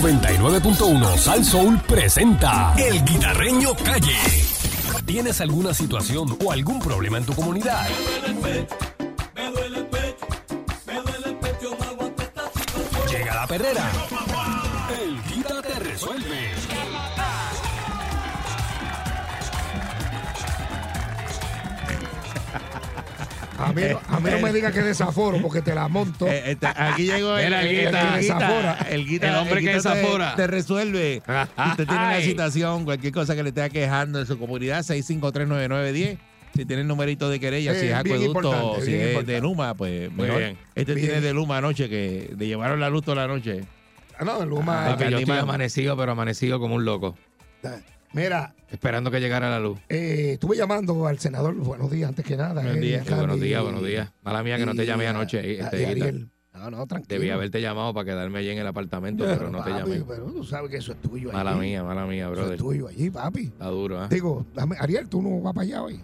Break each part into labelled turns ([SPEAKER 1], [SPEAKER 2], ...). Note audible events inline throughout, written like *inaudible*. [SPEAKER 1] 99.1 Sal Soul presenta El Guitarreño Calle. ¿Tienes alguna situación o algún problema en tu comunidad? Llega la perrera. El Guita te resuelve.
[SPEAKER 2] A mí, a mí no me digas que desaforo porque te la monto.
[SPEAKER 3] Eh, eh, está- aquí llegó el,
[SPEAKER 4] Mira, el
[SPEAKER 3] el- el
[SPEAKER 4] guita,
[SPEAKER 3] que
[SPEAKER 2] el guita.
[SPEAKER 3] desafora. El, guita,
[SPEAKER 4] El hombre que
[SPEAKER 3] guita te-
[SPEAKER 4] desafora.
[SPEAKER 3] eh, Te, resuelve. Si usted tiene una
[SPEAKER 4] Ay.
[SPEAKER 3] situación, cualquier cosa que le esté quejando en su comunidad, 6539910. Si tiene el numerito de querella,
[SPEAKER 2] Sí,
[SPEAKER 3] si es
[SPEAKER 2] Eh, bien
[SPEAKER 3] acueducto,
[SPEAKER 2] importante,
[SPEAKER 3] si
[SPEAKER 2] bien
[SPEAKER 3] es
[SPEAKER 2] importante.
[SPEAKER 3] de Luma, pues mejor.
[SPEAKER 4] bien.
[SPEAKER 3] Este
[SPEAKER 2] Bien.
[SPEAKER 3] tiene de Luma anoche, que le llevaron la luz toda la noche.
[SPEAKER 2] Ah, No, Luma.
[SPEAKER 3] Ah,
[SPEAKER 4] Papi, yo estoy
[SPEAKER 3] Candyman.
[SPEAKER 4] amanecido, pero amanecido como un loco,
[SPEAKER 2] Mira,
[SPEAKER 4] esperando que llegara la luz.
[SPEAKER 2] eh, estuve llamando al senador. Buenos días, antes que nada.
[SPEAKER 3] Buenos
[SPEAKER 2] eh,
[SPEAKER 3] días,
[SPEAKER 2] Candy,
[SPEAKER 4] buenos días, Ah, buenos días. Mala mía que no te
[SPEAKER 2] y
[SPEAKER 4] llamé
[SPEAKER 2] a-
[SPEAKER 4] anoche. eh,
[SPEAKER 2] a-
[SPEAKER 4] este,
[SPEAKER 2] y
[SPEAKER 4] Guita.
[SPEAKER 2] Ariel. No, no, tranquilo.
[SPEAKER 4] Debí haberte llamado para quedarme allí en el apartamento, pero no te
[SPEAKER 2] papi,
[SPEAKER 4] llamé.
[SPEAKER 2] Pero tú sabes que eso es tuyo.
[SPEAKER 4] Mala
[SPEAKER 2] allí.
[SPEAKER 4] mía, mala mía,
[SPEAKER 2] Eso es
[SPEAKER 4] brother.
[SPEAKER 2] tuyo allí, papi.
[SPEAKER 4] Está duro, ¿eh?
[SPEAKER 2] Digo, dame- Ariel, tú no vas para allá hoy.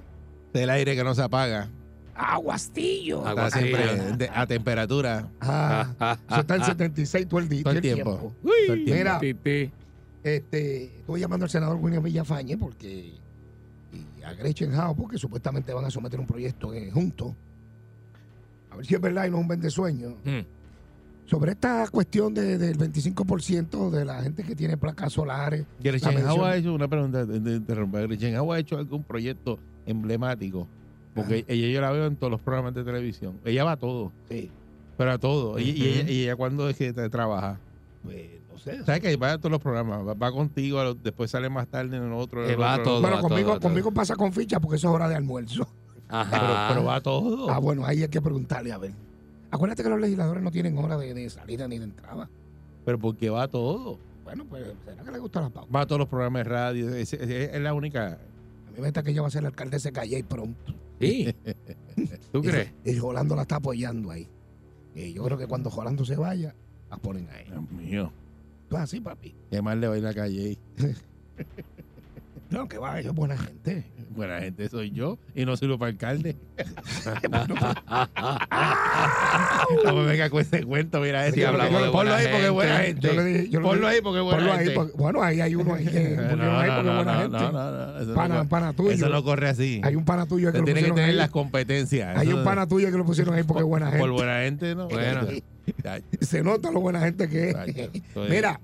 [SPEAKER 3] Del aire que no se apaga.
[SPEAKER 2] Aguastillo.
[SPEAKER 4] Ah,
[SPEAKER 3] Está
[SPEAKER 4] Aguacillo.
[SPEAKER 3] siempre de- a temperatura.
[SPEAKER 2] Ah, eso
[SPEAKER 4] *laughs*
[SPEAKER 2] está en 76 todo el, di-
[SPEAKER 3] Todo el
[SPEAKER 2] tiempo.
[SPEAKER 3] tiempo.
[SPEAKER 4] Uy,
[SPEAKER 3] Todo el tiempo.
[SPEAKER 2] Mira,
[SPEAKER 4] Titi.
[SPEAKER 2] este, estuve llamando al senador William Villafañe porque y a Gretchen Howe porque supuestamente van a someter un proyecto eh, juntos. A ver si es verdad y no es un vende sueño.
[SPEAKER 4] Mm.
[SPEAKER 2] Sobre esta cuestión de- del 25% de la gente que tiene placas solares.
[SPEAKER 3] Gretchen
[SPEAKER 2] La
[SPEAKER 3] Howe
[SPEAKER 2] mención.
[SPEAKER 3] ha hecho una pregunta, te- te interrumpo. Gretchen Howe ha hecho algún proyecto emblemático. Porque ella yo la veo en todos los programas de televisión. Ella va a todo,
[SPEAKER 2] Sí,
[SPEAKER 3] pero a todo. Y, y
[SPEAKER 4] Ujú.
[SPEAKER 3] ella, y ella cuando es que te- trabaja.
[SPEAKER 2] pues, no sé.
[SPEAKER 3] ¿Sabes que va a todos los programas? Va, va contigo, a los- después sale más tarde en el otro. en
[SPEAKER 4] Eh,
[SPEAKER 3] el
[SPEAKER 4] va a
[SPEAKER 3] otro,
[SPEAKER 4] todo.
[SPEAKER 3] Pero,
[SPEAKER 2] Bueno,
[SPEAKER 4] todo,
[SPEAKER 2] conmigo,
[SPEAKER 4] todo.
[SPEAKER 2] conmigo pasa con ficha porque eso es hora de almuerzo.
[SPEAKER 4] Ajá.
[SPEAKER 3] pero va a
[SPEAKER 4] Oh.
[SPEAKER 3] todo.
[SPEAKER 2] Ah, bueno, ahí hay que preguntarle, a ver. Acuérdate que los legisladores no tienen hora de, de salida ni de entrada.
[SPEAKER 3] Pero porque va a todo.
[SPEAKER 2] Bueno, pues, ¿será que le gusta la pauta?
[SPEAKER 3] Va a todos los programas de radio. Es, es- es la única.
[SPEAKER 2] A mí me está que ella va a ser el alcalde de ese calle pronto. *laughs*
[SPEAKER 4] Sí. ¿Tú
[SPEAKER 2] Y-
[SPEAKER 4] crees?
[SPEAKER 2] Y Jolando la está apoyando ahí. Y yo creo que cuando Jolando se vaya, la ponen ahí.
[SPEAKER 3] Dios mío.
[SPEAKER 2] Tú así, papi.
[SPEAKER 3] Qué mal le va en la calle.
[SPEAKER 2] No, que va, ellos buena gente.
[SPEAKER 3] Buena gente soy yo y no sirvo para alcalde. *laughs* No me venga con ese cuento, mira
[SPEAKER 4] Sí,
[SPEAKER 3] eso.
[SPEAKER 4] hablamos de
[SPEAKER 3] ponlo
[SPEAKER 4] buena
[SPEAKER 3] ahí porque es buena
[SPEAKER 4] gente.
[SPEAKER 3] gente.
[SPEAKER 2] Yo le dije- yo le
[SPEAKER 3] ponlo
[SPEAKER 2] dije-
[SPEAKER 3] ahí porque es buena
[SPEAKER 2] Ponlo ahí,
[SPEAKER 3] gente.
[SPEAKER 2] porque- bueno, ahí hay uno ahí
[SPEAKER 3] *laughs*
[SPEAKER 2] que
[SPEAKER 3] Eh,
[SPEAKER 2] porque
[SPEAKER 3] no,
[SPEAKER 2] ahí
[SPEAKER 3] no,
[SPEAKER 2] porque
[SPEAKER 3] no,
[SPEAKER 2] buena
[SPEAKER 3] no,
[SPEAKER 2] gente.
[SPEAKER 3] no, no, no, eso no
[SPEAKER 2] pana,
[SPEAKER 3] corre-
[SPEAKER 2] pana tuyo.
[SPEAKER 3] Eso no corre así.
[SPEAKER 2] Hay un pana tuyo que
[SPEAKER 3] Te
[SPEAKER 2] lo
[SPEAKER 3] tiene que
[SPEAKER 2] pusieron
[SPEAKER 3] tener
[SPEAKER 2] ahí.
[SPEAKER 3] las competencias.
[SPEAKER 2] Hay
[SPEAKER 3] eso
[SPEAKER 2] un
[SPEAKER 3] no-
[SPEAKER 2] pana tuyo que lo pusieron ahí porque es buena
[SPEAKER 3] Por
[SPEAKER 2] gente.
[SPEAKER 3] buena gente,
[SPEAKER 2] *laughs*
[SPEAKER 3] ¿no?
[SPEAKER 4] Bueno.
[SPEAKER 3] Ya,
[SPEAKER 2] Se nota lo buena gente que
[SPEAKER 3] ya,
[SPEAKER 2] es.
[SPEAKER 3] estoy-
[SPEAKER 2] Mira,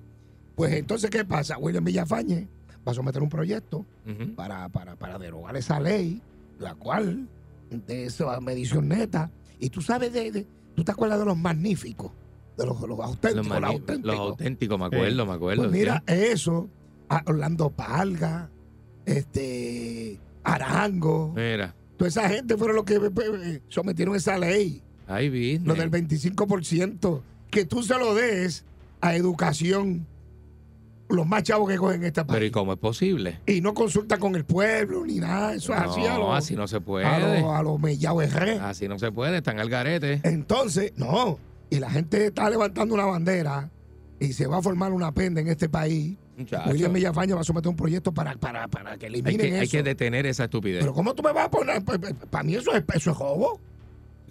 [SPEAKER 2] pues entonces, ¿qué pasa? William Villafañe va a someter un proyecto
[SPEAKER 4] Ujú.
[SPEAKER 2] para, para, para derogar esa ley, la cual, de esa medición neta. Y tú sabes de, de- tú te acuerdas de los magníficos, de los, los
[SPEAKER 4] Los,
[SPEAKER 2] auténticos, los,
[SPEAKER 4] mani-
[SPEAKER 2] auténticos.
[SPEAKER 4] los auténticos, me acuerdo, me acuerdo.
[SPEAKER 2] Pues
[SPEAKER 4] sí.
[SPEAKER 2] mira, eso, a Orlando Palga, este, Arango,
[SPEAKER 4] Mira.
[SPEAKER 2] toda esa gente fueron los que eh, eh, sometieron esa ley,
[SPEAKER 4] Ahí vi.
[SPEAKER 2] lo del 25%, que tú se lo des a educación, los más chavos que cogen esta
[SPEAKER 4] Pero ¿y
[SPEAKER 2] país.
[SPEAKER 4] cómo es posible?
[SPEAKER 2] Y no consulta con el pueblo ni nada, eso es así a
[SPEAKER 4] No,
[SPEAKER 2] los
[SPEAKER 4] así no se
[SPEAKER 2] a los
[SPEAKER 4] puede. Ah.
[SPEAKER 2] a los mellao herré.
[SPEAKER 4] Así no se puede, están al garete.
[SPEAKER 2] Entonces, no. Y la gente está levantando una bandera y se va a formar una penda en este país.
[SPEAKER 4] Muchacho.
[SPEAKER 2] William Villafaña va a someter un proyecto para, para, para que
[SPEAKER 4] Hay
[SPEAKER 2] eliminen
[SPEAKER 4] que, hay
[SPEAKER 2] eso.
[SPEAKER 4] que detener esa estupidez.
[SPEAKER 2] Pero ¿cómo tú me vas a poner? Pues, Para mí eso es, eso es jobo.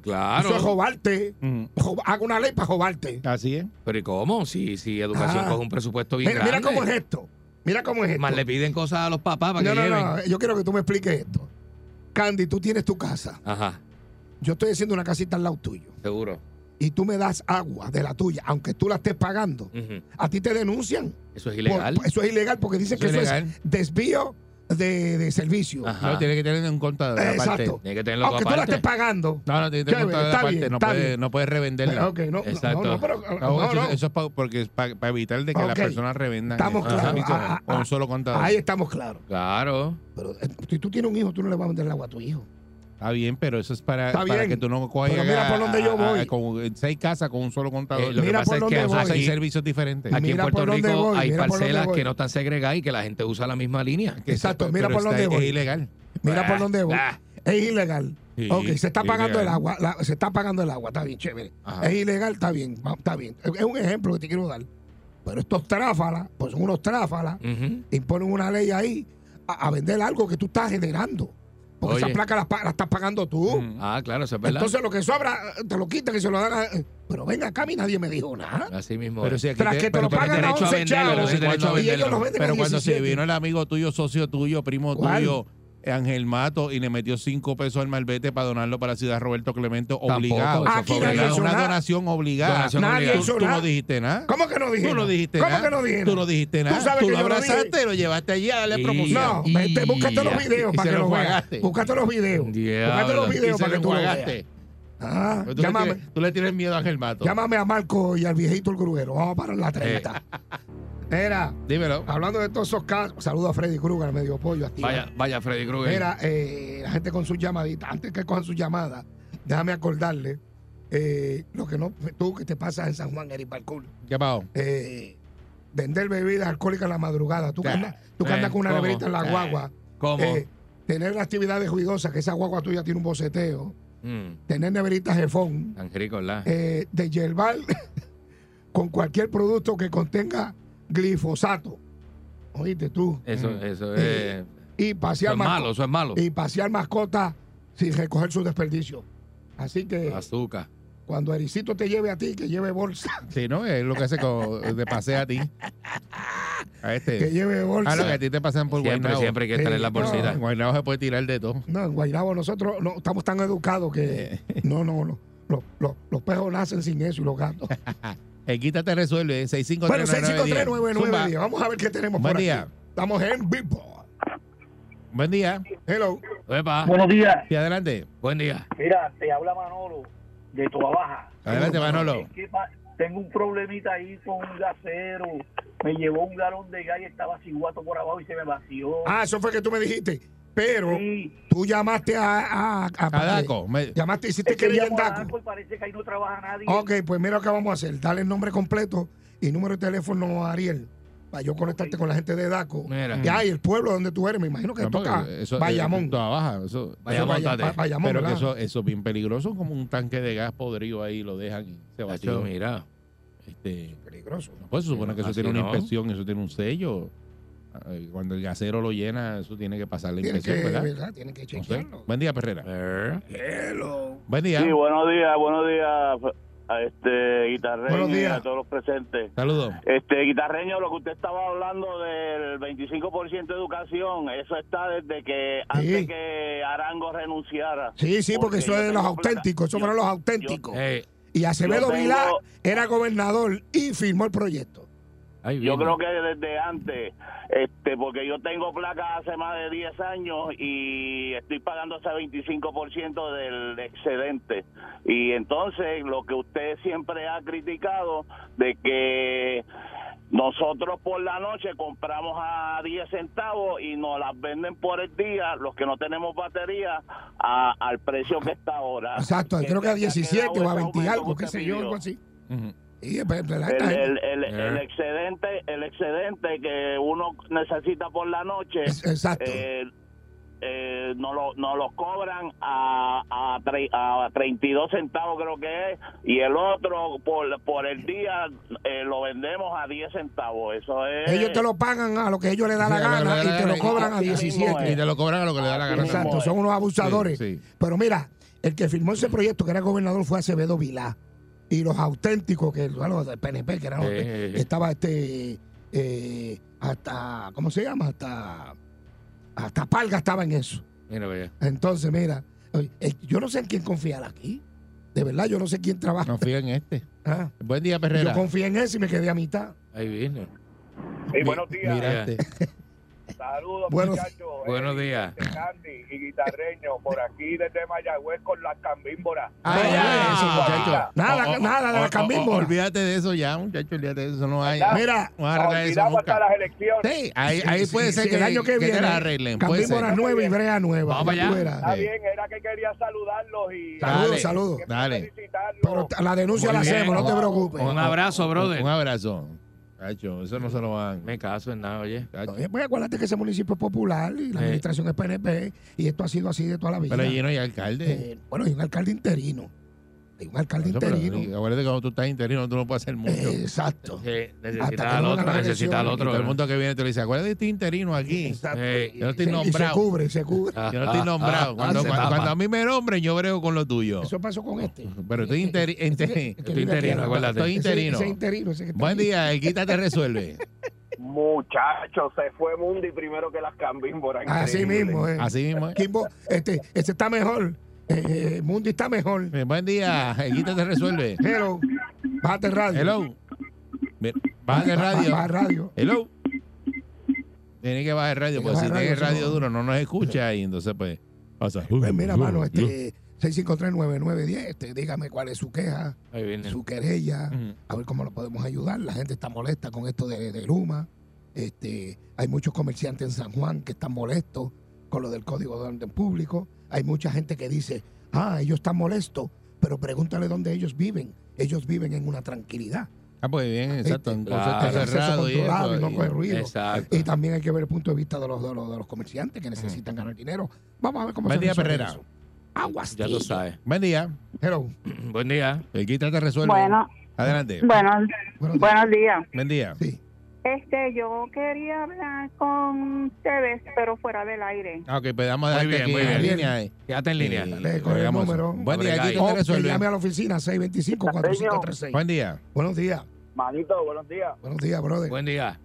[SPEAKER 2] Eso es
[SPEAKER 4] claro.
[SPEAKER 2] jobarte.
[SPEAKER 3] Mm,
[SPEAKER 2] Jo- Hago una ley para jobarte.
[SPEAKER 3] Así es.
[SPEAKER 4] Pero ¿y cómo? Si, si educación
[SPEAKER 2] Ah.
[SPEAKER 4] coge un presupuesto bien
[SPEAKER 2] Mira, mira
[SPEAKER 4] grande.
[SPEAKER 2] cómo es esto. Mira cómo es esto.
[SPEAKER 4] Más le piden cosas a los papás para
[SPEAKER 2] no,
[SPEAKER 4] que
[SPEAKER 2] no, eh.
[SPEAKER 4] lleven.
[SPEAKER 2] no. Yo quiero que tú me expliques esto. Candy, tú tienes tu casa.
[SPEAKER 4] Ajá,
[SPEAKER 2] Yo estoy haciendo una casita al lado tuyo.
[SPEAKER 4] seguro.
[SPEAKER 2] Y tú me das agua de la tuya, aunque tú la estés pagando.
[SPEAKER 4] Ujú.
[SPEAKER 2] A ti te denuncian.
[SPEAKER 4] Eso es ilegal.
[SPEAKER 2] Por- eso es ilegal porque dicen
[SPEAKER 3] Eso
[SPEAKER 2] que
[SPEAKER 3] es
[SPEAKER 2] eso
[SPEAKER 3] ilegal.
[SPEAKER 2] es desvío de, de servicio.
[SPEAKER 4] Ajá.
[SPEAKER 3] No, tiene que tener un contador
[SPEAKER 2] Eh,
[SPEAKER 3] aparte.
[SPEAKER 2] exacto.
[SPEAKER 4] Tiene que tenerlo
[SPEAKER 2] Aunque tú la
[SPEAKER 4] aparte.
[SPEAKER 2] estés pagando.
[SPEAKER 3] No, no, tiene que tener un
[SPEAKER 2] Chévere,
[SPEAKER 3] contador
[SPEAKER 2] está
[SPEAKER 3] aparte.
[SPEAKER 2] bien,
[SPEAKER 3] no,
[SPEAKER 2] está
[SPEAKER 3] puede,
[SPEAKER 2] bien.
[SPEAKER 3] no puede revenderla.
[SPEAKER 2] Ok, no, no,
[SPEAKER 4] Exacto.
[SPEAKER 2] no, no, pero,
[SPEAKER 3] No,
[SPEAKER 2] Ah, no,
[SPEAKER 3] Ah, eso,
[SPEAKER 2] no.
[SPEAKER 3] eso es pa- porque es para evitar de que las
[SPEAKER 2] Ok.
[SPEAKER 3] personas revendan.
[SPEAKER 2] Estamos
[SPEAKER 3] eso.
[SPEAKER 2] claros.
[SPEAKER 3] Ajá.
[SPEAKER 2] Ah, ah,
[SPEAKER 3] Con
[SPEAKER 2] ah.
[SPEAKER 3] un solo contador.
[SPEAKER 2] Ahí estamos claros.
[SPEAKER 4] Claro.
[SPEAKER 2] Pero eh, si tú tienes un hijo, tú no le vas a vender el agua a tu hijo.
[SPEAKER 3] Está bien, pero eso es para,
[SPEAKER 2] Está
[SPEAKER 3] para
[SPEAKER 2] bien,
[SPEAKER 3] que tú no cojas
[SPEAKER 2] pero mira por dónde yo voy.
[SPEAKER 3] con eh, seis casas con un solo contador.
[SPEAKER 4] Eh, lo
[SPEAKER 2] Mira
[SPEAKER 4] que pasa
[SPEAKER 2] por
[SPEAKER 4] es
[SPEAKER 2] dónde
[SPEAKER 4] que
[SPEAKER 2] voy.
[SPEAKER 4] aquí-
[SPEAKER 3] seis servicios diferentes.
[SPEAKER 4] aquí en
[SPEAKER 2] Mira
[SPEAKER 4] Puerto
[SPEAKER 2] por dónde
[SPEAKER 4] Rico
[SPEAKER 2] voy,
[SPEAKER 4] hay
[SPEAKER 2] mira por dónde
[SPEAKER 4] parcelas
[SPEAKER 2] voy.
[SPEAKER 4] que no están segregadas y que la gente usa la misma línea.
[SPEAKER 3] Que eso-
[SPEAKER 2] exacto,
[SPEAKER 3] pero
[SPEAKER 2] mira por
[SPEAKER 3] está-
[SPEAKER 2] dónde voy.
[SPEAKER 3] Es ilegal.
[SPEAKER 2] Mira por dónde voy.
[SPEAKER 4] Ah,
[SPEAKER 2] Es ilegal.
[SPEAKER 3] Sí,
[SPEAKER 2] ok, se está
[SPEAKER 3] es
[SPEAKER 2] pagando el
[SPEAKER 3] ilegal.
[SPEAKER 2] agua. la- se está pagando el agua. Está bien, chévere.
[SPEAKER 4] Ajá.
[SPEAKER 2] Es ilegal, está bien. va- Está bien. Es un ejemplo que te quiero dar. Pero estos tráfalas, pues son unos tráfalas,
[SPEAKER 4] ujú.
[SPEAKER 2] imponen una ley ahí a, a vender algo que tú estás generando. Porque
[SPEAKER 4] Oye.
[SPEAKER 2] esas placas las, pa- las estás pagando tú.
[SPEAKER 3] Mm.
[SPEAKER 4] Ah, claro, eso es verdad.
[SPEAKER 2] Entonces lo que sobra eh, te lo quitan y se lo dan a... eh, Pero ven acá, a mí nadie me dijo
[SPEAKER 3] Ah,
[SPEAKER 2] nada.
[SPEAKER 4] Así mismo.
[SPEAKER 3] Pero
[SPEAKER 4] es.
[SPEAKER 3] si aquí
[SPEAKER 2] Tras
[SPEAKER 3] te-
[SPEAKER 2] que te
[SPEAKER 3] pero-
[SPEAKER 2] lo
[SPEAKER 3] pero-
[SPEAKER 2] pagan a
[SPEAKER 4] derecho a
[SPEAKER 2] 11
[SPEAKER 4] venderlo,
[SPEAKER 2] chavos
[SPEAKER 3] sí, derecho a
[SPEAKER 2] y ellos
[SPEAKER 4] venderlo.
[SPEAKER 2] los venden
[SPEAKER 3] Pero
[SPEAKER 2] a
[SPEAKER 3] cuando se
[SPEAKER 2] 17.
[SPEAKER 3] vino el amigo tuyo, socio tuyo, primo
[SPEAKER 2] ¿Cuál?
[SPEAKER 3] tuyo, Ángel Mato, y le metió cinco pesos al malvete para donarlo para la ciudad Roberto Clemente, obligado.
[SPEAKER 4] eso
[SPEAKER 2] Aquí
[SPEAKER 4] fue
[SPEAKER 2] nadie
[SPEAKER 3] obligado,
[SPEAKER 2] hizo
[SPEAKER 3] una
[SPEAKER 2] nada.
[SPEAKER 3] donación obligada.
[SPEAKER 4] Donación
[SPEAKER 2] Nadie
[SPEAKER 4] obligada.
[SPEAKER 2] hizo
[SPEAKER 3] Tú no
[SPEAKER 2] nada.
[SPEAKER 3] dijiste nada.
[SPEAKER 2] ¿Cómo que no dije?
[SPEAKER 3] Tú no dijiste
[SPEAKER 2] ¿Cómo
[SPEAKER 3] nada.
[SPEAKER 2] que no dije?
[SPEAKER 3] Tú no dijiste nada. Tú,
[SPEAKER 2] sabes que yo
[SPEAKER 3] lo
[SPEAKER 2] no
[SPEAKER 3] abrazaste
[SPEAKER 2] dije.
[SPEAKER 3] y lo llevaste allí a darle
[SPEAKER 4] Y-
[SPEAKER 3] promoción.
[SPEAKER 2] No, vete, búscate los
[SPEAKER 4] Y-
[SPEAKER 2] videos
[SPEAKER 3] y
[SPEAKER 2] para
[SPEAKER 3] se
[SPEAKER 2] que
[SPEAKER 3] lo
[SPEAKER 2] los veas.
[SPEAKER 3] jugaste.
[SPEAKER 2] Búscate los videos. Búscate
[SPEAKER 4] Diablo.
[SPEAKER 2] los videos
[SPEAKER 3] Y se
[SPEAKER 2] para que
[SPEAKER 3] lo
[SPEAKER 2] tú los
[SPEAKER 3] jugaste.
[SPEAKER 2] veas. Ah,
[SPEAKER 3] Pero Tú, le
[SPEAKER 2] llámame,
[SPEAKER 3] tienes, tú le tienes miedo a Ángel Mato.
[SPEAKER 2] llámame a Marco y al viejito el grujero. Vamos a parar la
[SPEAKER 3] *laughs*
[SPEAKER 2] 30. Era,
[SPEAKER 3] Dímelo.
[SPEAKER 2] hablando de todos esos casos, saludo a Freddy Krueger, medio pollo. activa.
[SPEAKER 4] Vaya, vaya, Freddy Krueger.
[SPEAKER 2] Mira, eh, la gente con sus llamaditas, antes que cojan sus llamadas, déjame acordarle eh, lo que no, tú que te pasas en San Juan, Eric Balcool.
[SPEAKER 3] ¿Qué pasó?
[SPEAKER 2] Eh, vender bebidas alcohólicas en la madrugada, tú que
[SPEAKER 3] Ah,
[SPEAKER 2] andas, tú que andas
[SPEAKER 4] eh,
[SPEAKER 2] con una
[SPEAKER 4] ¿cómo?
[SPEAKER 2] neverita en la
[SPEAKER 4] Ah,
[SPEAKER 2] guagua,
[SPEAKER 4] ¿Cómo?
[SPEAKER 2] eh, tener las actividades ruidosas, que esa guagua tuya tiene un boceteo,
[SPEAKER 4] Mm,
[SPEAKER 2] tener neveritas jefón,
[SPEAKER 4] tan rico, ¿verdad?
[SPEAKER 2] eh, de yerbar *laughs* con cualquier producto que contenga glifosato. Oíste tú.
[SPEAKER 4] Eso,
[SPEAKER 3] mm.
[SPEAKER 4] eso,
[SPEAKER 2] Eh,
[SPEAKER 4] es,
[SPEAKER 2] Y
[SPEAKER 4] eso
[SPEAKER 2] pasear
[SPEAKER 4] es
[SPEAKER 2] masco-
[SPEAKER 4] malo, eso es malo.
[SPEAKER 2] y pasear mascotas sin recoger su desperdicio. Así que
[SPEAKER 4] Azúcar.
[SPEAKER 2] cuando Ericito te lleve a ti, que lleve bolsa,
[SPEAKER 3] Sí, ¿no? Es lo que hace con, de pase a ti. A
[SPEAKER 2] que
[SPEAKER 3] este.
[SPEAKER 2] lleve bolsa.
[SPEAKER 3] Ah, no, que a ti te pasan por
[SPEAKER 4] Siempre,
[SPEAKER 3] Guaynabo.
[SPEAKER 4] siempre hay que estar en la
[SPEAKER 2] Sí,
[SPEAKER 4] bolsita.
[SPEAKER 3] En Guaynabo se puede tirar de todo.
[SPEAKER 2] No, en Guaynabo nosotros no, estamos tan educados que
[SPEAKER 3] Eh.
[SPEAKER 2] no, no, no. Los, los, los perros nacen sin eso y los
[SPEAKER 3] *laughs*
[SPEAKER 2] gatos.
[SPEAKER 3] El Guita te resuelve. 6539910.
[SPEAKER 2] Bueno, 6539910.
[SPEAKER 3] Zumba.
[SPEAKER 2] Vamos a ver qué tenemos
[SPEAKER 3] Buen
[SPEAKER 2] por
[SPEAKER 3] día.
[SPEAKER 2] aquí. Estamos en vivo.
[SPEAKER 3] Buen día.
[SPEAKER 2] Hello.
[SPEAKER 4] Epa,
[SPEAKER 5] Buenos días.
[SPEAKER 3] Sí, adelante.
[SPEAKER 4] buen día.
[SPEAKER 5] Mira, te habla Manolo de Toa Baja.
[SPEAKER 3] Adelante, Manolo.
[SPEAKER 5] Es que pa- tengo un problemita ahí con un gasero. Me llevó un galón de gas y estaba sin guato por abajo y se me vació.
[SPEAKER 2] Ah, eso fue que tú me dijiste. Pero
[SPEAKER 5] Sí.
[SPEAKER 2] tú llamaste a... a, a-
[SPEAKER 3] A Daco. Me-
[SPEAKER 2] Llamaste, hiciste
[SPEAKER 5] Es que
[SPEAKER 2] querella en
[SPEAKER 5] llamo a
[SPEAKER 2] Daco.
[SPEAKER 5] Daco y parece que ahí no trabaja nadie.
[SPEAKER 2] Ok, pues mira lo que vamos a hacer. Dale el nombre completo y número de teléfono a Ariel. Para yo conectarte con la gente de Daco.
[SPEAKER 4] Mira.
[SPEAKER 2] Y ahí el pueblo donde tú eres, me imagino que
[SPEAKER 3] No, porque
[SPEAKER 2] toca
[SPEAKER 3] eso- eh,
[SPEAKER 2] Bayamón.
[SPEAKER 3] Toda baja. Eso,
[SPEAKER 4] Bayamón,
[SPEAKER 2] Eso Bay-
[SPEAKER 4] tate.
[SPEAKER 2] Ba- Bayamón,
[SPEAKER 3] pero que
[SPEAKER 2] ¿verdad?
[SPEAKER 3] eso, eso es bien peligroso, como un tanque de gas podrido ahí, lo dejan y se
[SPEAKER 4] Tacho,
[SPEAKER 3] vació.
[SPEAKER 4] mira.
[SPEAKER 3] Este,
[SPEAKER 2] Peligroso.
[SPEAKER 3] pues se supone que eso
[SPEAKER 4] Así
[SPEAKER 3] tiene una
[SPEAKER 4] no.
[SPEAKER 3] inspección, eso tiene un sello. Eh, Cuando el gasero lo llena, eso tiene que pasar la
[SPEAKER 2] Tienen que,
[SPEAKER 3] inspección, ¿verdad?
[SPEAKER 2] ¿verdad? Tienen que
[SPEAKER 3] No sé.
[SPEAKER 2] chequearlo.
[SPEAKER 3] Buen día, Perrera.
[SPEAKER 4] Eh,
[SPEAKER 2] Hello.
[SPEAKER 3] Buen día.
[SPEAKER 6] Sí, buenos días, buenos días a este guitarreño
[SPEAKER 2] Buenos
[SPEAKER 6] y
[SPEAKER 2] días.
[SPEAKER 6] a todos los presentes.
[SPEAKER 3] Saludos.
[SPEAKER 6] Este guitarreño, lo que usted estaba hablando del 25% de educación, eso está desde que antes que Arango renunciara.
[SPEAKER 2] Sí, sí, porque,
[SPEAKER 6] Porque
[SPEAKER 2] eso
[SPEAKER 6] yo
[SPEAKER 2] es de los
[SPEAKER 6] tengo
[SPEAKER 2] auténticos. Eso
[SPEAKER 6] placa.
[SPEAKER 2] fueron los
[SPEAKER 6] Yo-
[SPEAKER 2] auténticos.
[SPEAKER 4] eh,
[SPEAKER 2] y Acevedo
[SPEAKER 6] yo tengo- Ah.
[SPEAKER 2] Vilá era gobernador y firmó el proyecto.
[SPEAKER 4] ahí
[SPEAKER 6] Yo
[SPEAKER 4] vino.
[SPEAKER 6] creo que desde antes, este, porque yo tengo placa hace más de 10 años y estoy pagando ese 25% del excedente. Y entonces lo que usted siempre ha criticado de que nosotros por la noche compramos a 10 centavos y nos las venden por el día, los que no tenemos batería, a- al precio que está ahora.
[SPEAKER 2] Exacto, creo que a 17 o a 20 algo, qué
[SPEAKER 6] que
[SPEAKER 2] sé yo, algo así.
[SPEAKER 3] Ujú.
[SPEAKER 2] Y eh, pues, ¿verdad?
[SPEAKER 6] El, el- el-
[SPEAKER 4] Eh.
[SPEAKER 6] el excedente el excedente que uno necesita por la noche
[SPEAKER 2] Es- Exacto.
[SPEAKER 6] eh, eh, no lo no lo cobran a, a, tre- a 32 centavos creo que es y el otro por, por el día eh, lo vendemos a 10 centavos eso es
[SPEAKER 2] ellos te lo pagan a lo que ellos les da la
[SPEAKER 3] Sí, a lo que
[SPEAKER 2] gana
[SPEAKER 3] les da la
[SPEAKER 2] y te
[SPEAKER 3] gana.
[SPEAKER 2] lo cobran a
[SPEAKER 6] Así mismo
[SPEAKER 2] 17.
[SPEAKER 6] es.
[SPEAKER 3] Y te lo cobran a lo que le da la gana.
[SPEAKER 2] Exacto, son unos abusadores.
[SPEAKER 3] Sí, sí.
[SPEAKER 2] Pero mira, el que firmó ese proyecto, que era gobernador, fue Acevedo Vilá. Y los auténticos, que bueno, los del PNP, que eran los que-
[SPEAKER 4] Eh, eh,
[SPEAKER 2] que estaba este. eh, hasta. ¿Cómo se llama? Hasta. Hasta Palga estaba en eso.
[SPEAKER 4] Mira, vaya.
[SPEAKER 2] Entonces, mira, oye, eh, yo no sé en quién confiar aquí. De verdad, yo no sé quién trabaja.
[SPEAKER 3] Confía en este.
[SPEAKER 2] Ah,
[SPEAKER 3] Buen día,
[SPEAKER 2] Yo
[SPEAKER 3] Perrera.
[SPEAKER 2] confié en ese y me quedé a mitad.
[SPEAKER 4] Ahí vino.
[SPEAKER 5] Sí, buenos días.
[SPEAKER 4] este.
[SPEAKER 3] Miraste.
[SPEAKER 5] Saludos,
[SPEAKER 2] Buenos-
[SPEAKER 5] muchachos.
[SPEAKER 4] Buenos
[SPEAKER 5] Eh,
[SPEAKER 4] días.
[SPEAKER 6] este
[SPEAKER 5] Candy y guitarreño por aquí desde Mayagüez con las cambímboras.
[SPEAKER 3] Ah, ya, eso, muchacho.
[SPEAKER 2] Nada,
[SPEAKER 3] O- o-
[SPEAKER 2] nada de
[SPEAKER 3] o-
[SPEAKER 2] la
[SPEAKER 3] o-
[SPEAKER 2] cambímbora.
[SPEAKER 3] Olvídate de eso ya, muchacho. Olvídate de eso. No hay.
[SPEAKER 5] ¿Verdad?
[SPEAKER 2] Mira,
[SPEAKER 3] No arregla eso
[SPEAKER 5] Olvidamos hasta
[SPEAKER 3] nunca.
[SPEAKER 5] las elecciones.
[SPEAKER 3] Sí, ahí, ahí
[SPEAKER 2] sí,
[SPEAKER 3] puede
[SPEAKER 2] sí,
[SPEAKER 3] ser
[SPEAKER 2] sí,
[SPEAKER 3] que,
[SPEAKER 2] el año que, viene.
[SPEAKER 3] te la arreglen. Puede
[SPEAKER 2] Cambiemos
[SPEAKER 3] ser.
[SPEAKER 2] las nuevas y brea nueva.
[SPEAKER 4] Vamos
[SPEAKER 2] ya
[SPEAKER 4] allá.
[SPEAKER 2] tú verás.
[SPEAKER 5] Está
[SPEAKER 3] Sí.
[SPEAKER 5] bien, era que quería saludarlos y
[SPEAKER 3] Dale.
[SPEAKER 2] Saludos, saludos.
[SPEAKER 5] siempre
[SPEAKER 3] dale.
[SPEAKER 5] felicitarlos.
[SPEAKER 2] Pero t- la denuncia
[SPEAKER 4] Muy
[SPEAKER 2] la
[SPEAKER 4] bien.
[SPEAKER 2] hacemos, no te preocupes.
[SPEAKER 4] Un abrazo, brother.
[SPEAKER 3] Pues, ah, Un abrazo. Cacho, eso no se lo van.
[SPEAKER 4] Me caso en nada, oye.
[SPEAKER 3] Cacho.
[SPEAKER 2] Oye, Pues acuérdate que ese municipio es popular y la
[SPEAKER 4] Sí.
[SPEAKER 2] administración es PNP y esto ha sido así de toda la vida.
[SPEAKER 3] Pero allí no hay alcalde.
[SPEAKER 2] Eh, bueno, hay un alcalde interino. alcalde, un alcalde
[SPEAKER 3] Eso, pero,
[SPEAKER 2] interino. Eh,
[SPEAKER 3] eh, Acuérdate que cuando tú estás interino, tú no puedes hacer mucho.
[SPEAKER 2] Exacto.
[SPEAKER 4] Sí,
[SPEAKER 2] Hasta que
[SPEAKER 4] Eh, necesita al
[SPEAKER 2] no
[SPEAKER 4] otro,
[SPEAKER 2] gana la
[SPEAKER 4] necesita al
[SPEAKER 2] elección.
[SPEAKER 3] Y
[SPEAKER 4] otro.
[SPEAKER 3] todo el
[SPEAKER 4] ¿verdad?
[SPEAKER 3] mundo que viene te lo dice, acuérdate de este interino aquí.
[SPEAKER 2] Exacto.
[SPEAKER 4] Eh,
[SPEAKER 2] Y-
[SPEAKER 3] yo
[SPEAKER 2] y
[SPEAKER 3] no estoy
[SPEAKER 2] se-
[SPEAKER 3] nombrado.
[SPEAKER 2] Y se cubre, se cubre.
[SPEAKER 4] Ah,
[SPEAKER 3] Yo no estoy
[SPEAKER 4] ah,
[SPEAKER 3] nombrado.
[SPEAKER 4] ah,
[SPEAKER 3] cuando,
[SPEAKER 4] se
[SPEAKER 3] cuando-
[SPEAKER 4] tapa.
[SPEAKER 3] cuando a mí me nombren, yo brego con lo tuyo.
[SPEAKER 2] Eso pasó con este.
[SPEAKER 3] Pero estoy,
[SPEAKER 2] Ese
[SPEAKER 3] interi-
[SPEAKER 2] que-
[SPEAKER 3] ente-
[SPEAKER 2] el que
[SPEAKER 3] estoy
[SPEAKER 2] vive aquí
[SPEAKER 3] interino,
[SPEAKER 2] ahora.
[SPEAKER 3] acuérdate. Estoy
[SPEAKER 2] Ese-
[SPEAKER 3] interino.
[SPEAKER 2] Ese interino, ese que está
[SPEAKER 3] Buen
[SPEAKER 2] aquí.
[SPEAKER 3] día, el quita te resuelve.
[SPEAKER 6] Muchachos, se fue Mundi primero que las cambímboras.
[SPEAKER 2] Así
[SPEAKER 6] increíble.
[SPEAKER 2] mismo, eh.
[SPEAKER 3] Así mismo. ¿eh?
[SPEAKER 2] Kimbo, este, este está mejor. Eh, eh, Mundi está mejor.
[SPEAKER 3] Eh, Buen día, el quita te resuelve.
[SPEAKER 2] Hello. Bájate el radio.
[SPEAKER 3] Hello. Mira, Baja el
[SPEAKER 2] Baja el
[SPEAKER 3] radio.
[SPEAKER 2] radio.
[SPEAKER 3] Hello. Tiene que bajar el radio,
[SPEAKER 2] Tiene que
[SPEAKER 3] porque si
[SPEAKER 2] bajar el
[SPEAKER 3] tiene el
[SPEAKER 2] radio, si
[SPEAKER 3] radio
[SPEAKER 2] no-
[SPEAKER 3] duro no nos escucha y entonces pues pasa.
[SPEAKER 2] Pues mira, mano, este 6539910, este, dígame cuál es su queja,
[SPEAKER 4] Ahí viene.
[SPEAKER 2] su querella,
[SPEAKER 3] Ujú.
[SPEAKER 2] a ver cómo lo podemos ayudar. La gente está molesta con esto de, de Luma. Este, hay muchos comerciantes en San Juan que están molestos con lo del código de orden público. Hay mucha gente que dice, ah, ellos están molestos, pero pregúntale dónde ellos viven. Ellos viven en una tranquilidad.
[SPEAKER 3] Ah, pues bien, exacto. En
[SPEAKER 4] Claro.
[SPEAKER 3] concepto
[SPEAKER 2] Hay acceso
[SPEAKER 3] cerrado y
[SPEAKER 2] este, controlado y no Pues, coge
[SPEAKER 3] eso.
[SPEAKER 2] ruido.
[SPEAKER 4] Exacto.
[SPEAKER 3] Eh,
[SPEAKER 2] Y también hay que ver el punto de vista de los, de los, de los comerciantes que necesitan ganar dinero. Vamos a ver cómo
[SPEAKER 3] Mm. Buen
[SPEAKER 2] se
[SPEAKER 3] día,
[SPEAKER 2] resuelve
[SPEAKER 3] Perrera.
[SPEAKER 2] eso. Aguas.
[SPEAKER 4] Ya tú sabes. *clears throat*
[SPEAKER 3] y- Buen día.
[SPEAKER 2] Hello.
[SPEAKER 4] Buen día.
[SPEAKER 3] El quita te resuelve.
[SPEAKER 7] Bueno,
[SPEAKER 3] Adelante.
[SPEAKER 7] bueno,
[SPEAKER 2] eh, Buenos días.
[SPEAKER 7] buenos días.
[SPEAKER 3] Buen día.
[SPEAKER 2] Sí.
[SPEAKER 7] Este, yo quería hablar con ustedes, pero fuera del aire.
[SPEAKER 3] Ah, ok, pues vamos a
[SPEAKER 4] Muy
[SPEAKER 3] dejarte
[SPEAKER 4] bien,
[SPEAKER 3] aquí
[SPEAKER 4] muy
[SPEAKER 3] en
[SPEAKER 4] bien.
[SPEAKER 3] línea. eh.
[SPEAKER 4] Quédate en línea.
[SPEAKER 3] Eh,
[SPEAKER 2] Le coge el
[SPEAKER 3] digamos eso.
[SPEAKER 2] número.
[SPEAKER 3] Buen día, el
[SPEAKER 4] Obrigado.
[SPEAKER 3] quita te
[SPEAKER 2] O Oh, que llame
[SPEAKER 3] resuelve.
[SPEAKER 2] a la oficina 625-4536.
[SPEAKER 3] Buen día.
[SPEAKER 2] Buenos días.
[SPEAKER 6] Manito, buenos días.
[SPEAKER 2] Buenos días, brother.
[SPEAKER 4] Buen día.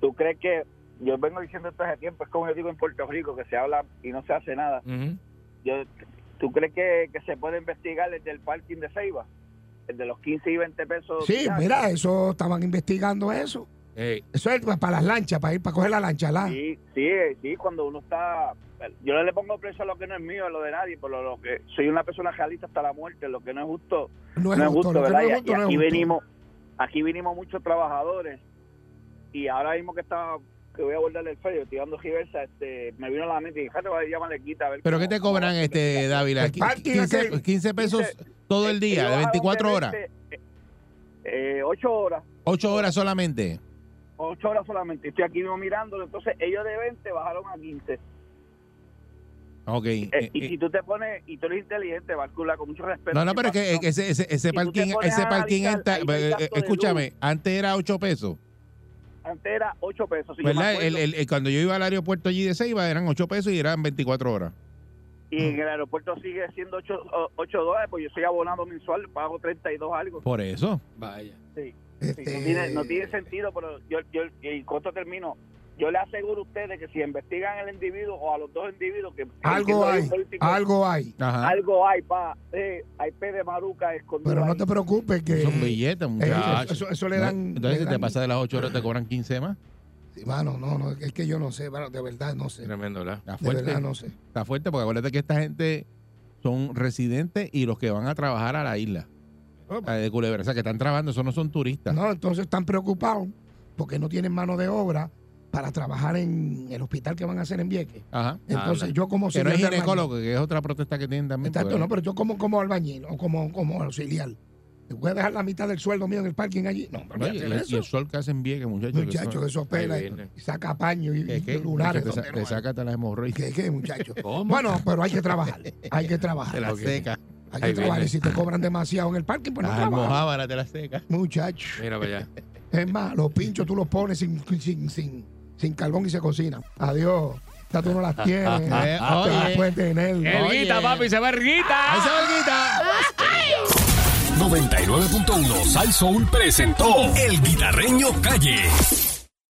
[SPEAKER 6] ¿Tú crees que yo vengo diciendo esto hace tiempo? Es como yo digo en Puerto Rico, que se habla y no se hace nada.
[SPEAKER 4] Ujú.
[SPEAKER 6] Yo, ¿Tú crees que, que se puede investigar el del parking de Ceiba? El de los 15 y 20 pesos.
[SPEAKER 2] Sí, mira, eh. eso estaban investigando eso.
[SPEAKER 4] Ey,
[SPEAKER 2] Eso es para las lanchas, para ir para coger la lancha. La.
[SPEAKER 6] Sí, sí, eh, sí, cuando uno está... Yo no le pongo preso a lo que no es mío, a lo de nadie, pero lo que soy una persona realista hasta la muerte, lo que no es justo,
[SPEAKER 2] No es
[SPEAKER 6] no es
[SPEAKER 2] justo,
[SPEAKER 6] justo,
[SPEAKER 2] lo que no
[SPEAKER 6] ¿verdad?
[SPEAKER 2] es
[SPEAKER 6] Y-
[SPEAKER 2] justo
[SPEAKER 6] y
[SPEAKER 2] no es
[SPEAKER 6] aquí
[SPEAKER 2] justo.
[SPEAKER 6] venimos, aquí vinimos muchos trabajadores y ahora mismo que está que voy a abordar el ferio, estoy dando reversa, este, me vino a la mente y fíjate, voy a llamarle quita a ver.
[SPEAKER 3] ¿Pero qué
[SPEAKER 6] cómo-
[SPEAKER 3] te cobran,
[SPEAKER 6] cómo-
[SPEAKER 3] este, Dávila?
[SPEAKER 2] El parking
[SPEAKER 3] 15,
[SPEAKER 2] aquel-
[SPEAKER 3] 15 pesos todo el día,
[SPEAKER 6] Ellos
[SPEAKER 3] de
[SPEAKER 6] bajaron
[SPEAKER 3] 24 horas.
[SPEAKER 6] veinte, eh, eh, ocho horas,
[SPEAKER 3] 8 horas solamente.
[SPEAKER 6] ocho horas solamente. Estoy aquí mismo mirándolo, entonces ellos de 20 bajaron a 15.
[SPEAKER 3] Ok.
[SPEAKER 6] Eh, y
[SPEAKER 3] Eh,
[SPEAKER 6] si tú te pones, y tú eres inteligente, Barcula, con mucho respeto.
[SPEAKER 3] No, no, pero es que eh, que ese, ese, ese
[SPEAKER 6] tú te
[SPEAKER 3] parking,
[SPEAKER 6] pones
[SPEAKER 3] ese
[SPEAKER 6] a
[SPEAKER 3] parking
[SPEAKER 6] analizar,
[SPEAKER 3] está-
[SPEAKER 6] ahí no hay
[SPEAKER 3] eh, eh,
[SPEAKER 6] gasto de
[SPEAKER 3] escúchame, antes era 8 pesos,
[SPEAKER 6] Antes era 8 pesos. si yo me
[SPEAKER 3] ¿verdad?
[SPEAKER 6] acuerdo.
[SPEAKER 3] El- el- el- cuando yo iba al aeropuerto allí de Ceiba eran 8 pesos y eran 24 horas.
[SPEAKER 6] y en el aeropuerto sigue siendo 8, dólares, pues yo soy abonado mensual, pago 32 algo.
[SPEAKER 3] Por eso.
[SPEAKER 4] Vaya.
[SPEAKER 6] Sí,
[SPEAKER 2] Este,
[SPEAKER 6] no, tiene, no tiene sentido, pero yo, yo y con esto termino. Yo le aseguro a ustedes que si investigan al individuo o a los dos individuos que
[SPEAKER 2] Algo
[SPEAKER 6] que hay
[SPEAKER 2] hay,
[SPEAKER 6] un político,
[SPEAKER 2] algo hay.
[SPEAKER 3] Ajá.
[SPEAKER 6] algo hay, pa, eh, hay P de maruca escondido.
[SPEAKER 2] Pero no
[SPEAKER 6] ahí.
[SPEAKER 2] te preocupes que
[SPEAKER 3] Son billetes,
[SPEAKER 2] eh, eso,
[SPEAKER 3] muchachos.
[SPEAKER 2] eso- eso le dan...
[SPEAKER 3] Entonces,
[SPEAKER 2] le
[SPEAKER 3] si te
[SPEAKER 2] dan-
[SPEAKER 3] pasa de las 8 horas, te cobran 15 más.
[SPEAKER 2] Sí, Mano, no, no, es que yo no sé, mano, de verdad no sé. De
[SPEAKER 4] Tremendo, ¿verdad?
[SPEAKER 3] Está fuerte.
[SPEAKER 2] verdad no sé.
[SPEAKER 3] Está fuerte porque acuérdate que esta gente son residentes y los que van a trabajar a la isla a- de Culebra. O sea, que están trabajando, esos no son turistas.
[SPEAKER 2] No, entonces están preocupados porque no tienen mano de obra para trabajar en el hospital que van a hacer en Vieques.
[SPEAKER 3] Ajá.
[SPEAKER 2] Entonces,
[SPEAKER 4] Habla.
[SPEAKER 2] yo como
[SPEAKER 3] Ah, Que no es
[SPEAKER 2] de albañil-
[SPEAKER 3] ginecólogo, que es otra protesta que tienen también. pues.
[SPEAKER 2] Exacto,
[SPEAKER 3] porque-
[SPEAKER 2] no, pero yo como, como albañil o como, como auxiliar. ¿Te voy a dejar la mitad del sueldo mío en el parking allí? No, pero
[SPEAKER 3] Oye,
[SPEAKER 2] ¿qué
[SPEAKER 3] y,
[SPEAKER 2] es
[SPEAKER 3] y
[SPEAKER 2] eso?
[SPEAKER 3] el sol que hacen bien, muchachos. que
[SPEAKER 2] Muchachos,
[SPEAKER 3] son-
[SPEAKER 2] eso pela
[SPEAKER 4] Ahí
[SPEAKER 2] y,
[SPEAKER 4] viene.
[SPEAKER 2] y saca paño y,
[SPEAKER 3] que-
[SPEAKER 2] y
[SPEAKER 3] que-
[SPEAKER 2] lunares.
[SPEAKER 3] que te, sa-
[SPEAKER 2] hombre,
[SPEAKER 3] te
[SPEAKER 2] no,
[SPEAKER 3] saca hasta las hemorroides.
[SPEAKER 2] ¿Qué, qué, muchachos?
[SPEAKER 4] ¿Cómo?
[SPEAKER 2] Bueno, pero hay que trabajar. Hay
[SPEAKER 3] *laughs*
[SPEAKER 2] que
[SPEAKER 3] Te
[SPEAKER 2] trabajar.
[SPEAKER 3] la
[SPEAKER 4] Ok.
[SPEAKER 3] seca. Ah,
[SPEAKER 2] Hay que
[SPEAKER 4] Ahí
[SPEAKER 2] trabajar.
[SPEAKER 4] viene.
[SPEAKER 2] Y si te cobran demasiado en el parking, pues no
[SPEAKER 3] Las
[SPEAKER 2] trabajas.
[SPEAKER 3] almohábaras te la seca.
[SPEAKER 2] Muchachos.
[SPEAKER 4] Mira para allá.
[SPEAKER 2] Es más, los pinchos tú los pones sin, sin, sin, sin carbón y se cocina. Adiós. Ya tú no las tienes.
[SPEAKER 3] Eh,
[SPEAKER 2] Ya tú
[SPEAKER 3] oye.
[SPEAKER 2] las puedes tener.
[SPEAKER 3] Oye.
[SPEAKER 4] Erguita, papi, se va Erguita.
[SPEAKER 3] ¡Ahí se va el guita!
[SPEAKER 1] 99.1 Sal Soul presentó El Guitarreño Calle.